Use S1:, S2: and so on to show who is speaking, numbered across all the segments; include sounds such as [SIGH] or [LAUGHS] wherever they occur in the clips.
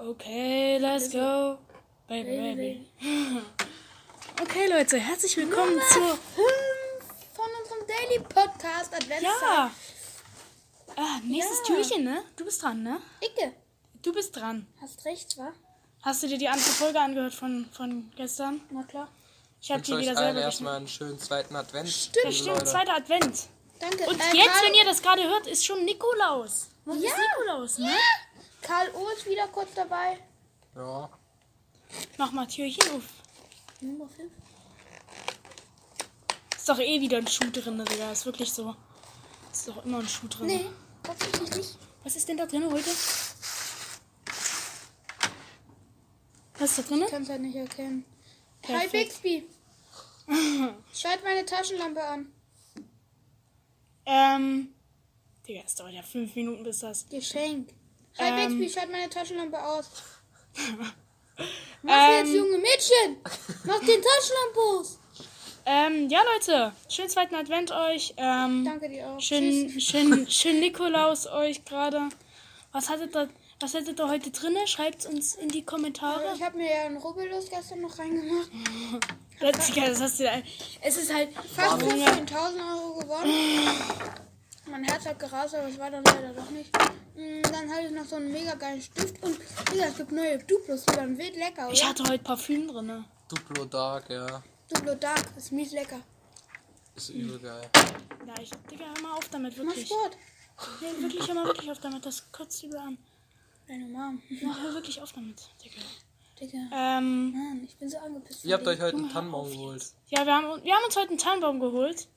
S1: Okay, let's go. Baby, baby. [LAUGHS] Okay, Leute, herzlich willkommen zur.
S2: Fünf von unserem Daily Podcast Adventszeit.
S1: Ja! Ah, nächstes
S2: Ja.
S1: Türchen, ne? Du bist dran, ne?
S2: Icke,
S1: Du bist dran.
S2: hast recht, wa?
S1: Hast du dir die andere Folge angehört von, von gestern?
S2: Na klar.
S1: Ich habe
S3: Ich
S1: die
S3: wünsche
S1: wieder
S3: euch allen
S1: selber geschnitten.
S3: erstmal einen schönen zweiten Advent.
S1: Ja,
S3: liebe
S1: stimmt,
S3: Leute.
S1: zweiter Advent.
S2: Danke.
S1: Und
S2: Äh,
S1: jetzt,
S2: Karl-
S1: wenn ihr das gerade hört, ist schon Nikolaus. Morgen
S2: Ja.
S1: ist Nikolaus, ne?
S2: Karl O ist wieder kurz dabei.
S3: Ja.
S1: Mach mal Türchen auf.
S2: Nummer 5.
S1: Mhm. Ist doch eh wieder ein Schuh drin, Digga. Ist wirklich so. Ist doch immer ein Schuh drin.
S2: Nee, tatsächlich nicht.
S1: Was ist denn da drin heute? Was ist da drin?
S2: Kann's halt nicht erkennen. Hi
S1: Perfekt. [LAUGHS]
S2: Bixby. Schalt meine Taschenlampe an.
S1: Ähm. Digga, es dauert ja fünf Minuten, bis das.
S2: Geschenk. Hi
S1: Ähm.
S2: Bixby, schalt meine Taschenlampe aus. Was jetzt, junge Mädchen? Mach den Taschenlampe aus.
S1: Ähm, ja, Leute. Schönen zweiten Advent euch. Ähm,
S2: Danke dir auch. Tschüss.
S1: Schön, schön, schön Nikolaus euch gerade. Was hattet ihr, was hattet ihr heute drinne? Schreibt's uns in die
S2: Also,
S1: Kommentare.
S2: Ich habe mir ja einen Rubbellos gestern noch reingemacht.
S1: Das, Digga, das hast du da, es ist halt.
S2: Fast
S1: Junge.
S2: 15.000 Euro gewonnen. Mein Herz hat gerast, aber es war dann leider doch nicht. Mm, Dann hatte ich noch so einen mega geilen Stift und Digga, es gibt neue Duplos, die waren wild lecker,
S1: Ich
S2: oder?
S1: hatte heute Parfüm drinne.
S3: Duplo Dark, ja.
S2: Duplo Dark ist mies lecker.
S3: Ist
S1: Hm.
S3: übel geil.
S1: Ja, ich, Digga, hör mal auf damit,
S2: Mach
S1: wirklich.
S2: Sport.
S1: Nee, wirklich, hör mal wirklich auf damit. Das kotzt übel an.
S2: Deine Mom. [LAUGHS]
S1: Mach hör wirklich auf damit, Digga.
S2: Digga.
S1: Ähm,
S2: Mann, ich bin so angepisst. von
S3: Ihr habt
S2: dir.
S3: euch heute einen Tannenbaum geholt.
S1: ja, wir haben, wir haben uns heute einen Tannenbaum geholt.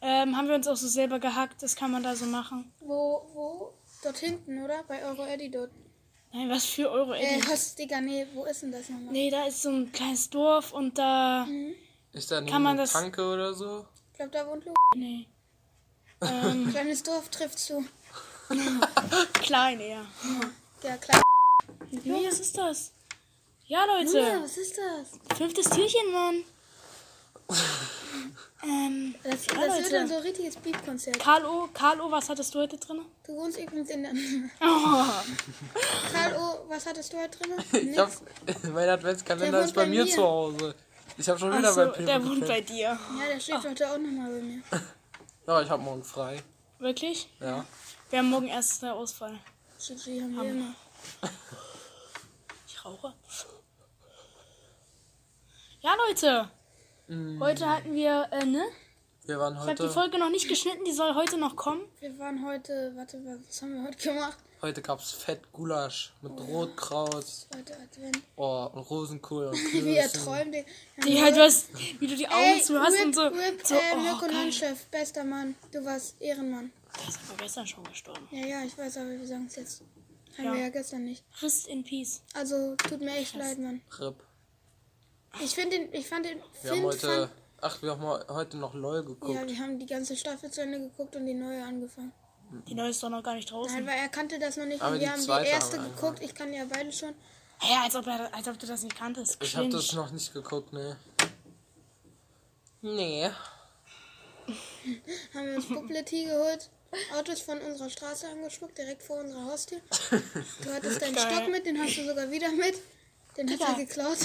S1: Ähm, haben wir uns auch so selber gehackt. Das kann man da so machen.
S2: Wo, wo? Dort hinten, oder? Bei Euro Eddy dort.
S1: Nein, was für Euro,
S2: Äh,
S1: ey.
S2: was, Digga, nee, wo ist denn das nochmal?
S1: Nee, da ist so ein kleines Dorf und da.
S3: Ist da
S1: Kann
S3: eine
S1: man das-
S3: Tanke oder so?
S2: Ich glaube,
S1: [LAUGHS]
S2: da wohnt Lu.
S1: Nee.
S2: Kleines Dorf trifft zu.
S1: Klein eher.
S2: Ja, klar.
S1: Nee, was ist das? Ja,
S2: Luna,
S1: Leute.
S2: was ist das?
S1: Fünftes Türchen, Mann. ähm.
S2: Das,
S1: Ja,
S2: das
S1: Leute.
S2: wird dann so ein richtiges Beat-Konzert.
S1: Carlo, Carlo, was hattest du heute drin?
S2: Du wohnst übrigens in der. [LAUGHS]
S1: Oh,
S2: Karl O, was hattest du
S1: [LAUGHS]
S2: heute drin?
S3: Ich hab, [LAUGHS] mein Adventskalender
S2: Der wohnt
S3: ist bei
S2: bei
S3: mir,
S2: mir.
S3: zu Hause. Ich hab schon wieder
S1: achso,
S3: bei
S1: der wohnt bei
S3: gepennt.
S1: dir.
S2: Ja, der
S1: Ah.
S2: schläft heute auch nochmal bei mir.
S3: Ja, ich hab morgen frei.
S1: Wirklich?
S3: Ja.
S1: Wir haben morgen erst der Ausfall.
S2: GG haben wir immer.
S1: Ich rauche. Ja, Leute. Heute hatten wir, äh, ne?
S3: Wir waren
S1: Ich habe die
S3: heute.
S1: Folge noch nicht geschnitten, die soll heute noch kommen.
S2: Wir waren heute, warte, was haben wir heute gemacht?
S3: Heute gab's Fett Gulasch mit
S1: Oh.
S3: Rotkraut
S2: Heute Advent.
S3: oh, und Rosenkohl
S1: [LAUGHS]
S3: und
S2: Wie er
S3: Klößen.
S2: träumt. Wir haben
S1: Die halt
S2: Rip-
S1: was, wie du die Augen
S2: Ey,
S1: zu hast
S2: Rip,
S1: und so.
S2: Rip,
S1: so
S2: äh, Mirko
S1: oh, geil.
S2: Nonchef, bester Mann. Du warst Ehrenmann.
S1: Der ist aber gestern schon gestorben.
S2: Ja, ja, ich weiß, aber wir sagen es jetzt. Haben
S1: Ja.
S2: wir ja gestern nicht.
S1: Rest in Peace.
S2: Also, tut mir echt leid, Mann.
S3: Rip.
S2: Ich finde den, ich fand den
S3: Wir haben
S2: Film
S3: heute.
S2: fand,
S3: Ach, wir haben heu- heute noch LOL geguckt.
S2: Ja, wir haben die ganze Staffel zu Ende geguckt und die neue angefangen.
S1: Die neue ist doch noch gar nicht draußen.
S2: Nein, weil er kannte das noch nicht.
S3: Aber
S2: und
S3: die
S2: wir haben die
S3: zweite
S2: erste
S3: haben wir
S2: geguckt. Ich kann ja beide schon.
S1: Ja, als ob, er, als ob du das nicht kanntest.
S3: Ich habe
S1: Cringe.
S3: das noch nicht geguckt, ne. Nee.
S2: Haben wir uns Bubble-Tea geholt. Autos von unserer Straße angeschmuckt, direkt vor unserer Haustür. Du hattest deinen
S1: Geil.
S2: Stock mit, den hast du sogar wieder mit. Den hat er
S1: Ja.
S2: geklaut.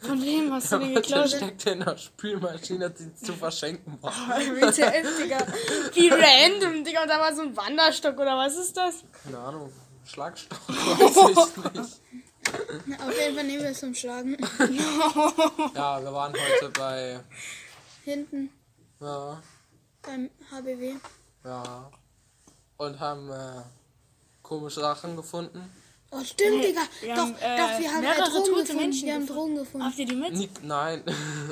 S1: Von wem hast du den
S3: Der
S1: geklaut?
S3: steckt in der Spülmaschine, die zu verschenken war.
S1: WTF, Digga. Wie random, Digga. Und da war so ein Wanderstock oder was ist das?
S3: Keine Ahnung. Schlagstock [LAUGHS]
S2: [LAUGHS]
S3: weiß ich nicht.
S2: Na, auf jeden Fall nehmen wir es zum Schlagen.
S3: Ja, wir waren heute bei.
S2: Hinten
S3: Ja,
S2: beim HBW.
S3: ja. Und haben äh, komische Sachen gefunden.
S2: Oh, stimmt, Digga.
S1: wir
S2: doch,
S1: haben, äh,
S2: doch, wir haben ja
S1: mehrere
S2: Drogen
S1: tote
S2: gefunden.
S1: Menschen
S2: wir haben
S1: gefunden.
S2: Drogen gefunden.
S1: Habt ihr die mit?
S3: Nik nein.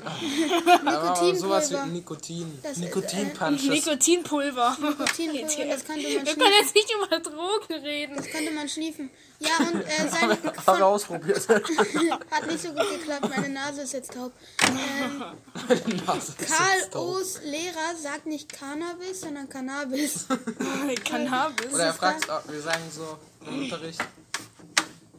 S3: [LAUGHS] Aber
S2: Nikotinpulver.
S3: sowas wie Nikotin.
S2: Das ist, äh,
S3: Nikotinpunches.
S1: Nikotinpulver.
S2: Nikotinpulver, das kannte man
S1: Wir
S2: schniefen.
S1: können jetzt nicht über Drogen reden.
S2: Das konnte man schniefen. Ja, und äh, seine
S3: Haben wir
S2: von, [LAUGHS]
S3: [LAUGHS] ausprobiert.
S2: hat nicht so gut geklappt. Meine Nase ist jetzt taub. Ähm,
S3: Das ist
S2: Karl
S3: jetzt doof.
S2: O's Lehrer sagt nicht Cannabis, sondern Cannabis.
S1: Cannabis.
S3: Oder er fragt, oh, wir sagen so im Unterricht.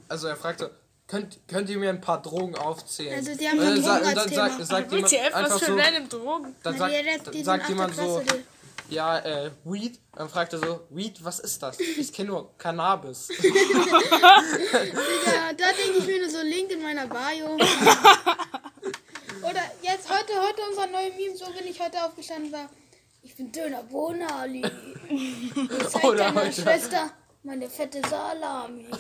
S3: Also er fragt so, könnt, könnt ihr mir ein paar Drogen aufzählen?
S2: Also die haben
S3: Und dann
S2: Drogen
S3: sa-
S2: als
S3: und dann
S2: Thema.
S3: sagt, sagt jemand
S1: WTF,
S3: einfach
S1: was für
S3: so,
S1: random Drogen.
S3: dann
S2: Ja,
S3: sagt,
S2: die- die
S3: dann
S2: sind
S3: sagt
S2: achte
S3: jemand so,
S2: Klasse,
S3: ja, äh, Weed. Dann fragt er so, Weed, was ist das? Ich kenne nur Cannabis.
S2: Ja, das Link in meiner
S1: [LAUGHS]
S2: Bio. Oder jetzt heute, heute unser neues Meme, so bin ich heute aufgestanden war. Ich bin Döner Bonali.
S1: [LAUGHS]
S2: Ich [LAUGHS] zeig
S3: Oder
S2: deiner
S3: heute.
S2: Schwester meine fette Salami. [LAUGHS]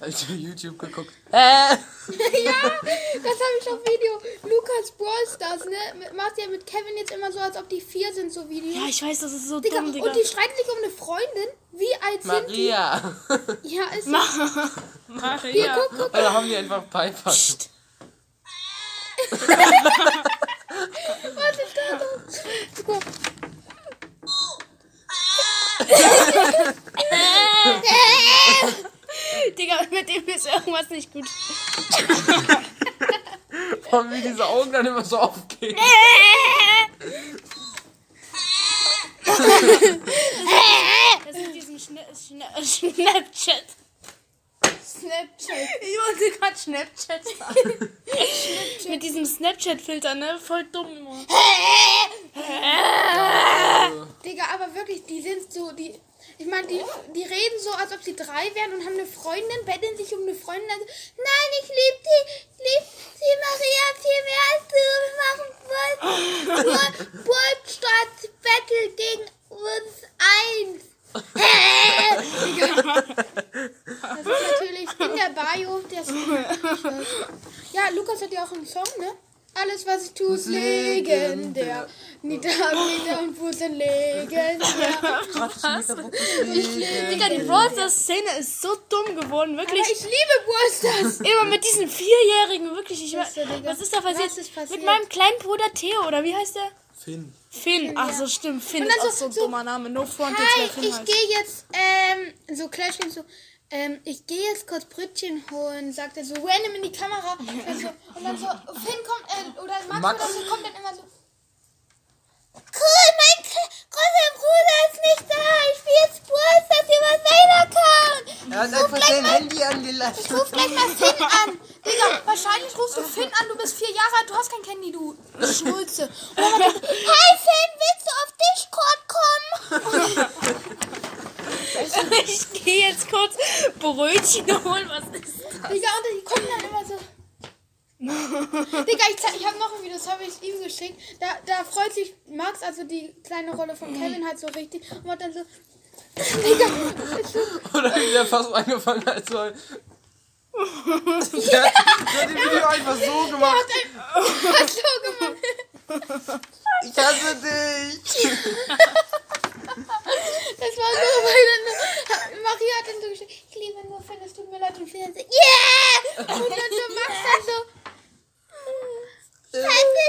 S3: Als ich YouTube geguckt.
S2: ja, das habe ich auf Video. Lukas Brawl Stars, ne? mit- Macht ja mit Kevin jetzt immer so, als ob die vier sind, so Videos.
S1: Ja, ich weiß, das ist so
S2: Digga,
S1: dumm, Digga.
S2: und die
S1: [LAUGHS]
S2: streiten sich um eine Freundin, wie als sind die.
S3: Maria! [LAUGHS]
S2: Ja, ist so.
S1: Maria.
S2: Guck, guck,
S3: Oder haben die einfach Piper?
S1: Psst.
S2: warte, da, da. Guck mal.
S1: Digga, mit dem ist irgendwas nicht gut.
S3: Und wie diese Augen dann immer so aufgehen.
S2: Äh,
S1: Das ist in diesem Schna Schna Snapchat.
S2: Snapchat.
S1: Ich wollte gerade Snapchat sagen. [LAUGHS] Mit diesem Snapchat-Filter, ne? Voll dumm immer.
S2: Äh, Digga, aber wirklich, die sind so, die. Ich meine, die, die reden so, als ob sie drei wären und haben eine Freundin, betteln sich um eine Freundin. Also, Nein, ich liebe die, lieb die Maria viel mehr als du. Wir machen Bull- Bull- Bullstadt Battle gegen uns eins. das ist natürlich in der Bio. Der ja, Lukas hat ja auch einen Song, ne? Alles, was ich tue, ist legendär. Nieder, nieder und Fuß sind [LAUGHS] legendär.
S1: Digga, die Brawl Stars Szene ist so dumm geworden,
S2: äh, Aber
S1: wirklich.
S2: ich liebe Wursters.
S1: Immer mit diesen Vierjährigen, wirklich. Ich
S2: Siehst du,
S1: weiß-
S2: Digga.
S1: was ist da passiert?
S2: Was ist passiert?
S1: Mit meinem kleinen Bruder Theo, oder wie heißt der?
S3: Finn.
S1: Finn. Ach so, stimmt. Finn
S2: Und
S1: ist
S2: dann
S1: auch
S2: so-
S1: so ein
S2: so,
S1: dummer Name. No front jetzt,
S2: Hi,
S1: wer Finn
S2: ich
S1: heißt.
S2: gehe jetzt, ähm, so Clash Games so, ähm, ich gehe jetzt kurz Brötchen holen, sagt er so random in die Kamera. Ich weiß so, und dann so, Finn kommt, äh, oder Max,
S3: Max.
S2: oder so, kommt dann immer so. Cool, mein K- großer Bruder ist nicht da. Ich will jetzt Wursters über seinen Account.
S3: Er hat einfach sein Handy angelassen.
S2: Ruf gleich mal Finn an. Digga, wahrscheinlich rufst du Finn an, du bist vier Jahre alt, du hast kein Handy, du Schnulze. Und dann meinte ich, hey Finn, willst du auf Discord kommen?
S1: [LAUGHS] Ich gehe jetzt kurz Brötchen holen. Was ist das?
S2: Digga, und die kommen dann
S1: [LAUGHS]
S2: immer so. Digga, ich, zeig- ich habe noch ein Video, das habe ich ihm geschickt. Da, da freut sich Max, also die kleine Rolle von Kevin, halt so richtig und macht dann so. oh, Digga, ist so
S3: Oder wie der fast angefangen hat so. [LAUGHS] Der, der hat den Video einfach so gemacht.
S2: hat so gemacht.
S3: Ich hasse dich.
S2: Das war so, weil dann Maria hat dann so geschrieben, ich liebe nur Finn, es tut mir leid und Finn dann so, yeah! Und dann so Max dann so,
S1: Äh,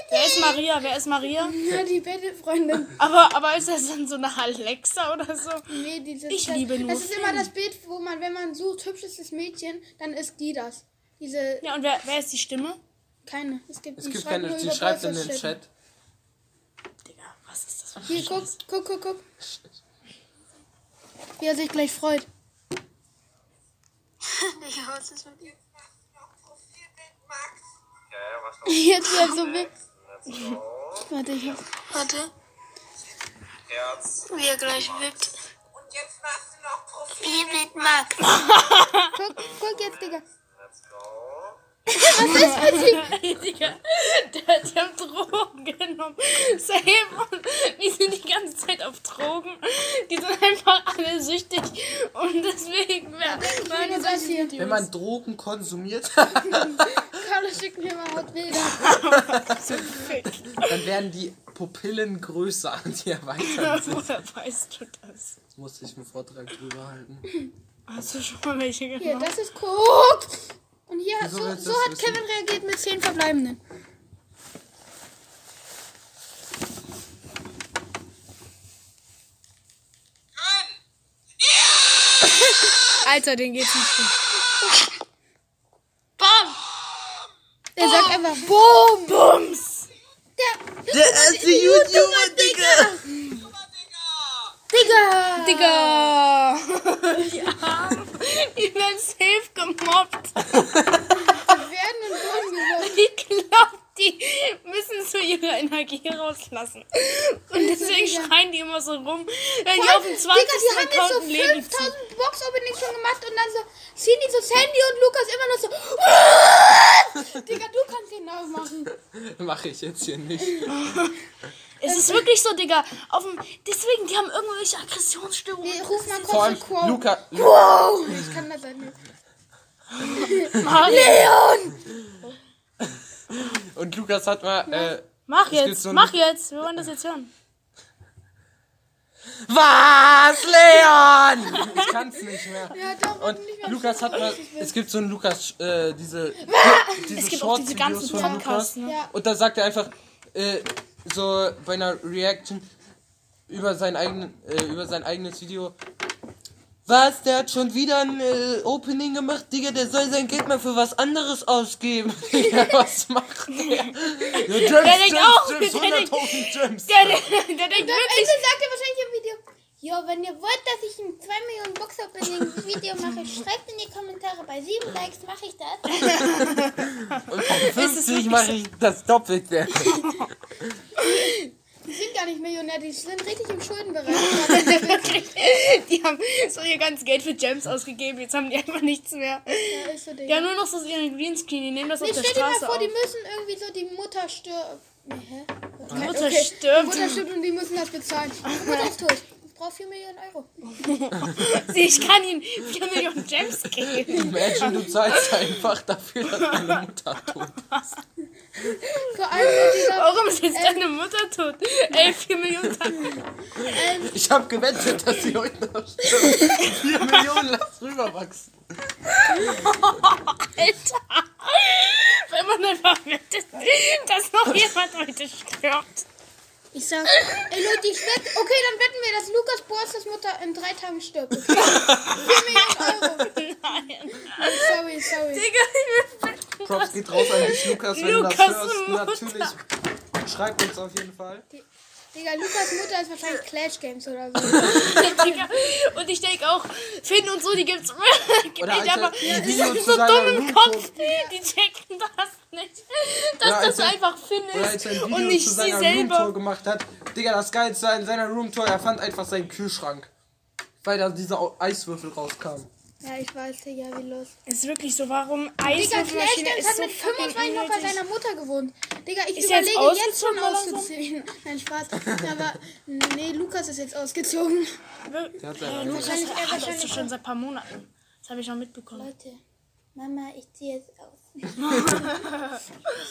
S1: Wer ist Maria? Wer ist Maria?
S2: na die Bettelfreundin.
S1: Aber, aber ist das dann so eine Alexa oder so?
S2: Nee, dieses
S1: Ich liebe nur
S2: Das ist immer
S1: Finn.
S2: das Bild, wo man, wenn man sucht, hübsches Mädchen, dann ist die das. Diese,
S1: Ja, und wer, wer ist die Stimme?
S2: keine, es gibt,
S3: Es
S2: die
S3: gibt
S2: schreiben
S3: keine,
S2: nur
S3: die
S2: über
S3: schreibt in
S2: Boys
S3: den
S2: das Shit.
S3: Chat.
S1: Digga, was ist [LAUGHS] das? für-
S2: Hier, guck, guck, guck, guck. Wie er sich gleich freut. [LAUGHS]
S4: Digga, was ist mit dir?
S5: Ja, ja, was noch?
S2: Jetzt wird er so wild.
S5: Let's go.
S2: [LAUGHS] Warte, ich hab...
S4: Warte,
S5: Herz.
S4: wie er gleich wippt.
S5: Und jetzt machst du noch Profil.
S4: Wie mit Max.
S2: Guck, guck jetzt, Digga.
S5: Let's go.
S1: Digga, der, die haben Drogen genommen. Safe. Und die sind die ganze Zeit auf Drogen. Die sind einfach alle süchtig. Und deswegen wer, waren die
S2: nur das
S1: solche
S2: hier.
S1: Videos.
S3: Wenn man Drogen [LAUGHS] konsumiert, dann
S2: Carlos schickt mir mal halt Hautbilder.
S3: werden die Pupillen größer, [LAUGHS] die erweitern sich.
S1: Woher weißt du das?
S3: Jetzt musste ich einen Vortrag drüber halten.
S1: Hast du schon mal welche
S2: Hier,
S1: genommen?
S2: das ist Cook. Und hier,
S3: Wieso
S2: so,
S3: willst du
S2: so
S3: das
S2: hat
S3: wissen?
S2: Kevin reagiert mit 10 Verbleibenden.
S1: Alter, den geht's nicht gut.
S2: Er sagt einfach Boom.
S1: Bums!
S2: Der,
S3: [LAUGHS] Der erste YouTuber, Digga!
S2: Digga. [LAUGHS]
S1: Digga! [LAUGHS] ja. Die werden safe gemobbt.
S2: Wir werden und wurden gesagt.
S1: Ich glaube, die müssen zu ihre Energie rauslassen. Und deswegen
S2: Digga.
S1: schreien die immer so rum, wenn die auf dem 20.
S2: Digga, die haben
S1: Account ein Leben
S2: jetzt so
S1: ziehen.
S2: 5000 Box-Openings schon gemacht und dann so ziehen die so Sandy und Lukas immer nur
S1: [LAUGHS]
S2: so. Digga, du kannst den neu machen.
S3: Mache ich jetzt hier nicht.
S1: Es ist wirklich so, Digga. Auf dem, deswegen, die haben irgendwelche Aggressionsstörungen.
S2: Nee, ruf mal
S3: Vor
S2: kurz
S3: allem
S2: den Quo.
S3: Luca,
S2: Wow! Nee, ich kann das halt nicht.
S1: Mario,
S3: und Lukas hat mal. Äh,
S1: mach
S3: es gibt
S1: jetzt,
S3: so ein-
S1: mach jetzt. Wir wollen das jetzt
S2: [LAUGHS]
S1: hören.
S3: Was, Leon? Ich kann's nicht mehr.
S2: Ja, doch,
S3: Und
S2: nicht mehr.
S3: Lukas hat mal, es gibt so einen Lukas,
S1: [LAUGHS]
S3: äh, diese, diese
S1: Es gibt auch
S3: Shorts
S1: diese
S3: Videos
S1: ganzen
S3: von Lukas.
S1: Podcasts, ne?
S2: Ja.
S3: Und da sagt er einfach, äh, so bei einer Reaction über sein, eigenen, äh, über sein eigenes Video, was, der hat schon wieder ein äh, Opening gemacht, Digga, der soll sein Geld mal für was anderes ausgeben. [LAUGHS] Digga, was macht der? Ja, Gems,
S1: denkt auch,
S3: Gems,
S1: der denkt- [LAUGHS]
S3: 100.000 Gems.
S1: Der, der, der denkt
S2: Und am
S1: wirklich,
S2: Ende sagt er wahrscheinlich im Video. Jo, wenn ihr wollt, dass ich ein 2 Millionen Box-Opening-Video [LAUGHS] mache, schreibt in die Kommentare. Bei 7 Likes mache ich das.
S3: Und von
S1: es wirklich
S3: 50 mache ich das Doppelte.
S2: Die sind gar nicht Millionär, die sind richtig im [LAUGHS] Schuldenbereich.
S1: [LAUGHS] die haben so ihr ganzes Geld für Gems ausgegeben. Jetzt haben die einfach nichts mehr.
S2: Ja, ist so,
S1: Die
S2: Digga.
S1: haben nur noch so ihren Greenscreen. Die nehmen das
S2: Nee,
S1: auf der
S2: stell dir mal
S1: Straße
S2: vor,
S1: auf.
S2: die müssen irgendwie so die Mutter stirbt. Hä? Die
S1: Mutter stirbt. [LAUGHS]
S2: Die Mutter stirbt Äh, und die müssen das bezahlen. Die Mutter ist tot. Ich brauche 4 Millionen Euro.
S1: Sie, ich kann ihnen 4 Millionen Gems geben.
S3: [LAUGHS] Imagine, du zahlst einfach dafür, dass deine Mutter tot ist.
S2: Vor allem mit dieser,
S1: Warum ist jetzt deine Mutter tot? Ey, 4 Millionen
S2: [LAUGHS]
S1: Tage.
S2: ähm,
S3: Ich habe gewettet, dass sie heute noch stirbt. 4 Millionen, lass rüberwachsen.
S1: Alter. Wenn man einfach wettet, dass noch jemand heute stirbt.
S2: ich sag, ey Leute, ich wette, okay, dann wetten wir, dass Lukas Borsters Mutter in drei Tagen
S1: [LAUGHS]
S2: stirbt. Okay? 4 Millionen Euro.
S1: Nein.
S2: Sorry, sorry.
S1: Digga, ich will wetten.
S3: Props geht raus an dich, Lukas, wenn du
S1: Lukas'
S3: das hörst.
S1: Mutter.
S3: Natürlich, schreib uns auf jeden Fall.
S2: Digga, Lukas Mutter ist wahrscheinlich Clash Games oder so.
S1: [LAUGHS] Digga. Und ich denke auch, Finn und so, die gibt's [LAUGHS] wirklich
S3: Oder
S1: nicht,
S3: Alter,
S1: aber
S3: ein
S1: die
S3: Video
S1: sind
S3: zu
S1: so
S3: seiner
S1: dumm im
S3: Roomtour.
S1: Kopf, die checken das nicht. Dass
S3: Oder
S1: das
S3: Alter,
S1: einfach Finn
S3: Oder als
S1: ist
S3: er ein Video
S1: und nicht
S3: zu
S1: sie
S3: seiner Roomtour
S1: selber.
S3: gemacht hat. Digga, das Geilste an seiner Roomtour, er fand einfach seinen Kühlschrank. Weil da dieser Au- Eiswürfel rauskam.
S2: Ja, ich weiß, Digga, wie los.
S1: Ist wirklich so, warum
S2: Digga, Clash
S1: Eiswürfelmaschine
S2: Games
S1: ist
S2: hat
S1: so
S2: mit
S1: fucking
S2: 25 noch bei
S1: unnötig.
S2: seiner Mutter gewohnt. Digga, ich
S1: Ist er jetzt
S2: überlege jetzt
S1: ausgezogen
S2: schon
S1: oder so?
S2: auszuziehen. Nein, Spaß. Aber nee, Lukas ist jetzt ausgezogen.
S1: Wir-
S3: hat seine
S1: Ja,
S3: eigene.
S1: Lukas,
S2: Wahrscheinlich- er
S1: das ist
S2: wahrscheinlich-
S1: schon seit ein paar Monaten. Das habe ich noch mitbekommen.
S2: Leute, Mama, ich ziehe jetzt
S1: [LAUGHS]
S2: aus.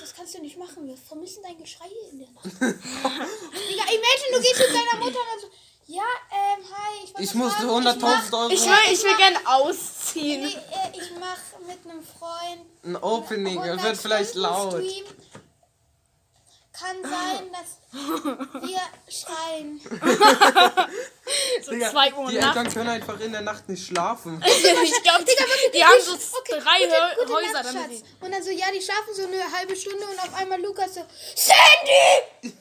S2: das kannst du nicht machen. Wir vermissen dein Geschrei
S1: [LAUGHS]
S2: in der Nacht. Digga, imagine, du gehst zu deiner Mutter und so. Ja, ähm, hi, ich wollte
S3: Ich musste
S2: fragen, ich
S3: 100.000
S2: mach-
S3: Euro
S1: Ich will, ich will gerne ausziehen.
S2: Nee, äh, ich mach mit einem Freund
S3: ein Opening, er wird vielleicht laut.
S2: Stream kann sein, dass wir schreien.
S1: So
S3: Digga,
S1: 2 Uhr
S3: die
S1: nachts.
S3: Eltern können einfach in der Nacht nicht schlafen.
S1: [LAUGHS] Ich glaube, die, die haben so drei Hö- Häuser.
S2: Nacht,
S1: damit
S2: Schatz.
S1: die-
S2: Und dann so, ja, die schlafen so eine halbe Stunde und auf einmal Lukas so, Sandy!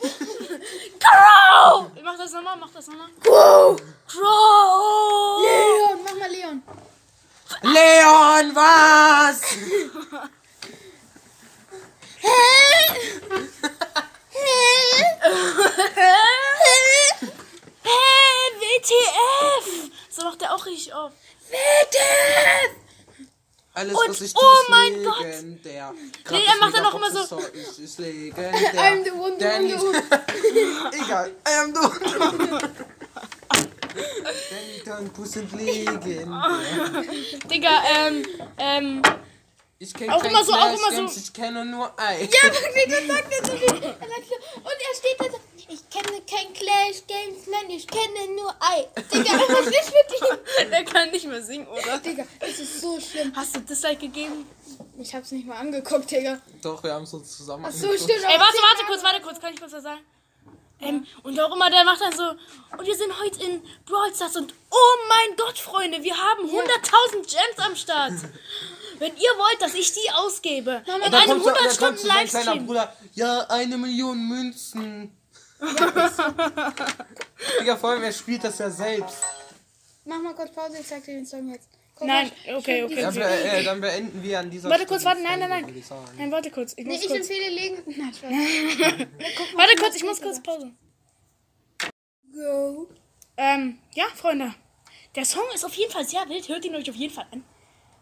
S1: Crow! Mach das nochmal, mach das nochmal. Crow! [LAUGHS]
S2: Leon, mach mal Leon.
S3: Leon, was?
S1: Hey, WTF! So macht er auch richtig auf.
S3: Alles,
S1: Und-
S3: was ich
S1: oh
S3: tue, ist
S1: mein Gott.
S3: legendär.
S1: Nee, er macht dann auch immer so-
S3: Ich,
S1: [LAUGHS]
S3: ist legendär.
S2: I'm the one, the
S3: Denn
S2: one, the one.
S3: ich- [LAUGHS] Egal, I am the
S1: [LAUGHS]
S3: one. Denn Puss sind legendär.
S1: Digga, ähm, ähm,
S3: Ich kenne
S1: Auch
S3: kein
S1: immer so, auch
S3: Clash
S1: immer so.
S3: Games, ich kenne nur Eis.
S2: Ja, [LAUGHS] wirklich, das sagt er so richtig. Er sagt so, und er steht da so, ich kenne kein Clash Games, nein, ich kenne nur Ei. Digga, was ist mit ihm?
S1: [LAUGHS] der kann nicht mehr singen, oder?
S2: Digga, es ist so schlimm.
S1: Hast du Dislike gegeben?
S2: Ich hab's nicht mal angeguckt, Digga.
S3: [LAUGHS] Doch, wir haben so zusammen.
S2: Ach so, stimmt.
S1: Ey, warte, warte kurz, warte kurz, kann ich kurz was sagen? Ähm, und auch immer, der macht dann so, und wir sind heute in Brawl Stars und oh mein Gott, Freunde, wir haben 100.000 Gems am Start. Wenn ihr wollt, dass ich die ausgebe,
S2: Mama,
S1: in
S3: Da
S1: einem
S3: kommt so- da kommt so sein kleiner
S1: 100-Stunden-Livestream.
S3: Bruder. Ja, eine Million
S1: [LAUGHS]
S3: Münzen. Digga, vor allem, er spielt das ja selbst.
S2: Mach mal kurz Pause, ich zeig dir den Song jetzt. Guck
S1: Nein,
S2: mal,
S1: okay,
S2: ich-
S1: okay.
S3: Dann, be äh, dann beenden wir an dieser
S1: Warte kurz,
S3: Stelle
S1: warte, nein,
S3: die
S1: nein,
S3: Folge, würde
S1: nein.
S3: ich sagen.
S1: Nein, warte kurz. Ich
S2: Nee,
S1: muss
S2: ich
S1: kurz.
S2: empfehle legen. Nein, Spaß.
S1: Warte kurz, ich muss kurz Pause.
S2: Go.
S1: Ähm, ja, Freunde. Der Song ist auf jeden Fall sehr wild. Hört ihn euch auf jeden Fall an.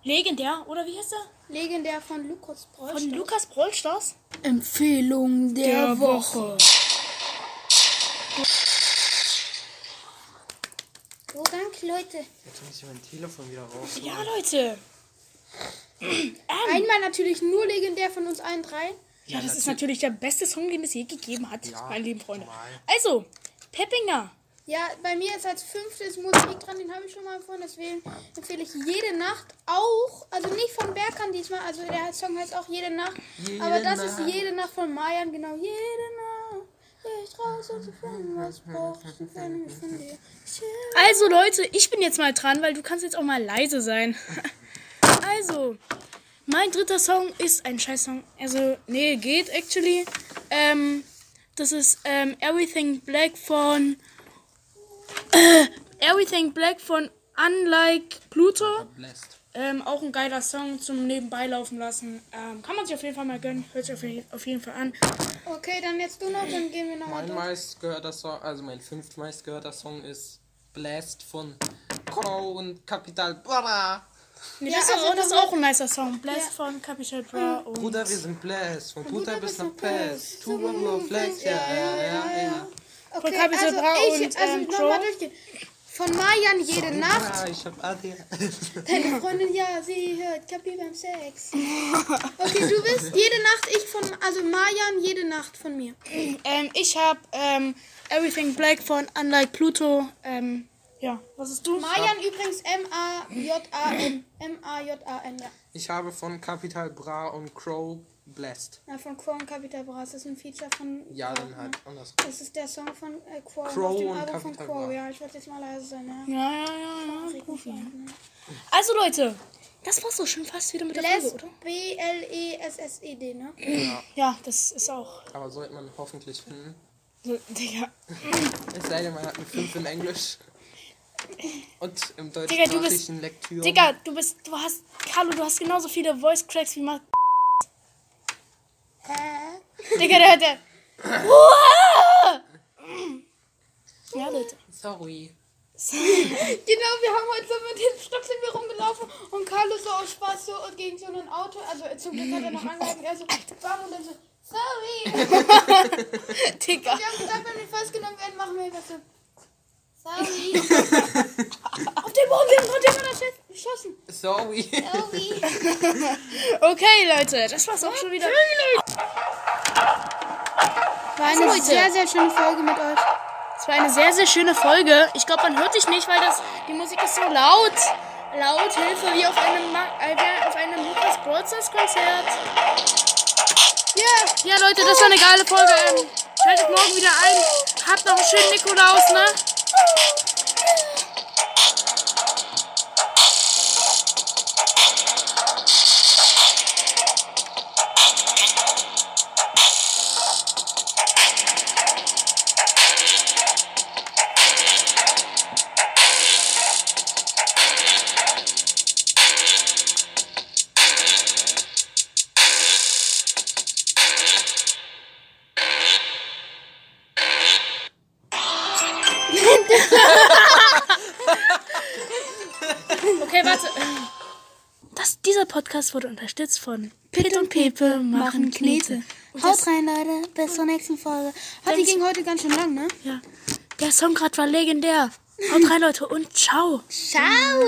S1: Legendär, oder wie heißt er?
S2: Legendär von Lukas Preuß.
S1: Von Lukas Brollstars.
S2: Empfehlung der,
S1: Woche.
S2: So, danke, Leute.
S3: Jetzt muss ich mein Telefon wieder raus.
S1: Ja, Leute.
S2: Einmal natürlich nur legendär von uns allen dreien.
S1: Ja, das ist natürlich der beste Song, den es je gegeben hat, meine lieben Freunde.
S3: normal.
S1: Also, Peppinger.
S2: Ja, bei mir ist als fünftes Musik dran, den habe ich schon mal empfohlen, deswegen empfehle ich jede Nacht auch, also nicht von Berkan diesmal, also der Song heißt auch jede Nacht,
S3: Jede
S2: aber das ist
S3: Nacht.
S2: jede Nacht von Mayan, genau, jede Nacht. geh Ich raus und zu finden, was brauchst du von mir, von dir?
S1: Also, Leute, ich bin jetzt mal dran, weil du kannst jetzt auch mal leise sein. [LAUGHS] also, mein dritter Song ist ein Scheiß-Song. Also, nee, geht actually. Ähm, das ist ähm, Everything Black von. [COUGHS] Äh, Everything Black von Unlike Pluto.
S3: Lässt.
S1: Ähm, auch ein geiler Song zum Nebenbei laufen lassen. Ähm, kann man sich auf jeden Fall mal gönnen. Hört sich auf, je- auf jeden Fall an.
S3: Ah.
S2: Okay, dann jetzt du noch, dann gehen wir nochmal
S3: Mein
S2: durch.
S3: meistgehörter Song, also mein fünftmeistgehörter Song ist Blast von Crow und Capital Bra.
S1: Nee,
S2: Ja,
S1: das, ist
S2: also
S1: auch, das ist
S2: nochmal-
S1: auch ein nicer Song. Mhm. Blast von Capital Bra. und-
S3: Bruder, wir sind Blast, von Bruder
S2: Bruder
S3: bis
S2: bis
S3: nach
S2: nach
S3: Pest. Tu Mama Flex, ja, ja, ja, ja.
S2: Okay,
S1: Capital
S2: also
S1: Bra
S2: ich,
S1: und,
S2: also
S1: ähm,
S2: nochmal
S1: Crow.
S2: durchgehen. Von Mayan jede Nacht.
S3: Ah, ich hab AD.
S2: Deine Freundin, ja, sie hört Kapi beim Sex. Okay, du bist jede Nacht, ich von, also Marjan, jede Nacht von mir.
S1: Ähm, ich hab ähm, Everything Black von Unlike Pluto. Ähm, ja, was ist du?
S2: Marjan übrigens M-A-J-A-N. M-A-J-A-N, ja.
S3: [LAUGHS] Ich habe von Capital Bra und Crow Blast.
S2: Na, von Crow und Capital Bra. Das ist ein Feature von.
S3: Ja,
S2: Crow,
S3: dann
S2: ne?
S3: halt anders.
S2: Das ist der Song von äh, Crow,
S3: Crow
S2: auf dem
S3: und
S2: Album von
S3: Capital
S2: Crow.
S3: Bra.
S2: Ja, ich werde jetzt mal leise sein, ja.
S1: Ja, ja, ja, ja.
S2: Regt mich auf, ne?
S1: Also Leute, das war's doch schon fast wieder mit der
S2: Les-
S1: Folge, oder?
S2: B-L-E-S-S-E-D, ne?
S1: Ja, das ist auch.
S3: Aber sollte man hoffentlich finden.
S1: So, Digga.
S3: Es sei denn, man hat eine 5 in Englisch. Und im
S1: Digga, du bist-
S3: deutschsprachigen Lektüre.
S1: Digga, du bist. Du hast. Carlo, du hast genauso viele Voice Cracks wie Mark.
S2: Hä?
S1: Digga, der hat der. Uah! Ja, Leute.
S3: Sorry. [LAUGHS]
S2: Genau, wir haben heute so mit dem Stock sind wir rumgelaufen und Carlos so aus Spaß so und gegen so ein Auto, also zum Glück hat er noch angehalten, er so bam und dann so, sorry. [LAUGHS]
S1: Digga.
S2: Wir haben gedacht, wenn wir festgenommen werden, machen wir was so, sorry. Auf dem Boden, den Boden hat er sche- geschossen.
S3: Sorry.
S2: Sorry.
S1: Okay, Leute, das war's auch schon wieder.
S2: War eine
S1: Leute. sehr,
S2: schöne Folge mit euch.
S1: Es war eine sehr, sehr schöne Folge. Ich glaube, man hört dich nicht, weil das, die Musik ist so laut. Laut, Hilfe, wie auf einem, Ma- äh, wie auf einem Lukas Broadstars Konzert.
S2: Ja,
S1: Ja, Leute, das war eine geile Folge. Ähm, schaltet morgen wieder ein. Habt noch einen schönen Nikolaus, ne? Okay, warte. Das, dieser Podcast wurde unterstützt von Pit und Pepe machen Knete.
S2: haut rein, Leute. Bis zur nächsten Folge. Hat die ging heute ganz schön lang, ne?
S1: Ja. Der Song gerade war legendär. Haut rein, Leute, und ciao.
S2: Ciao.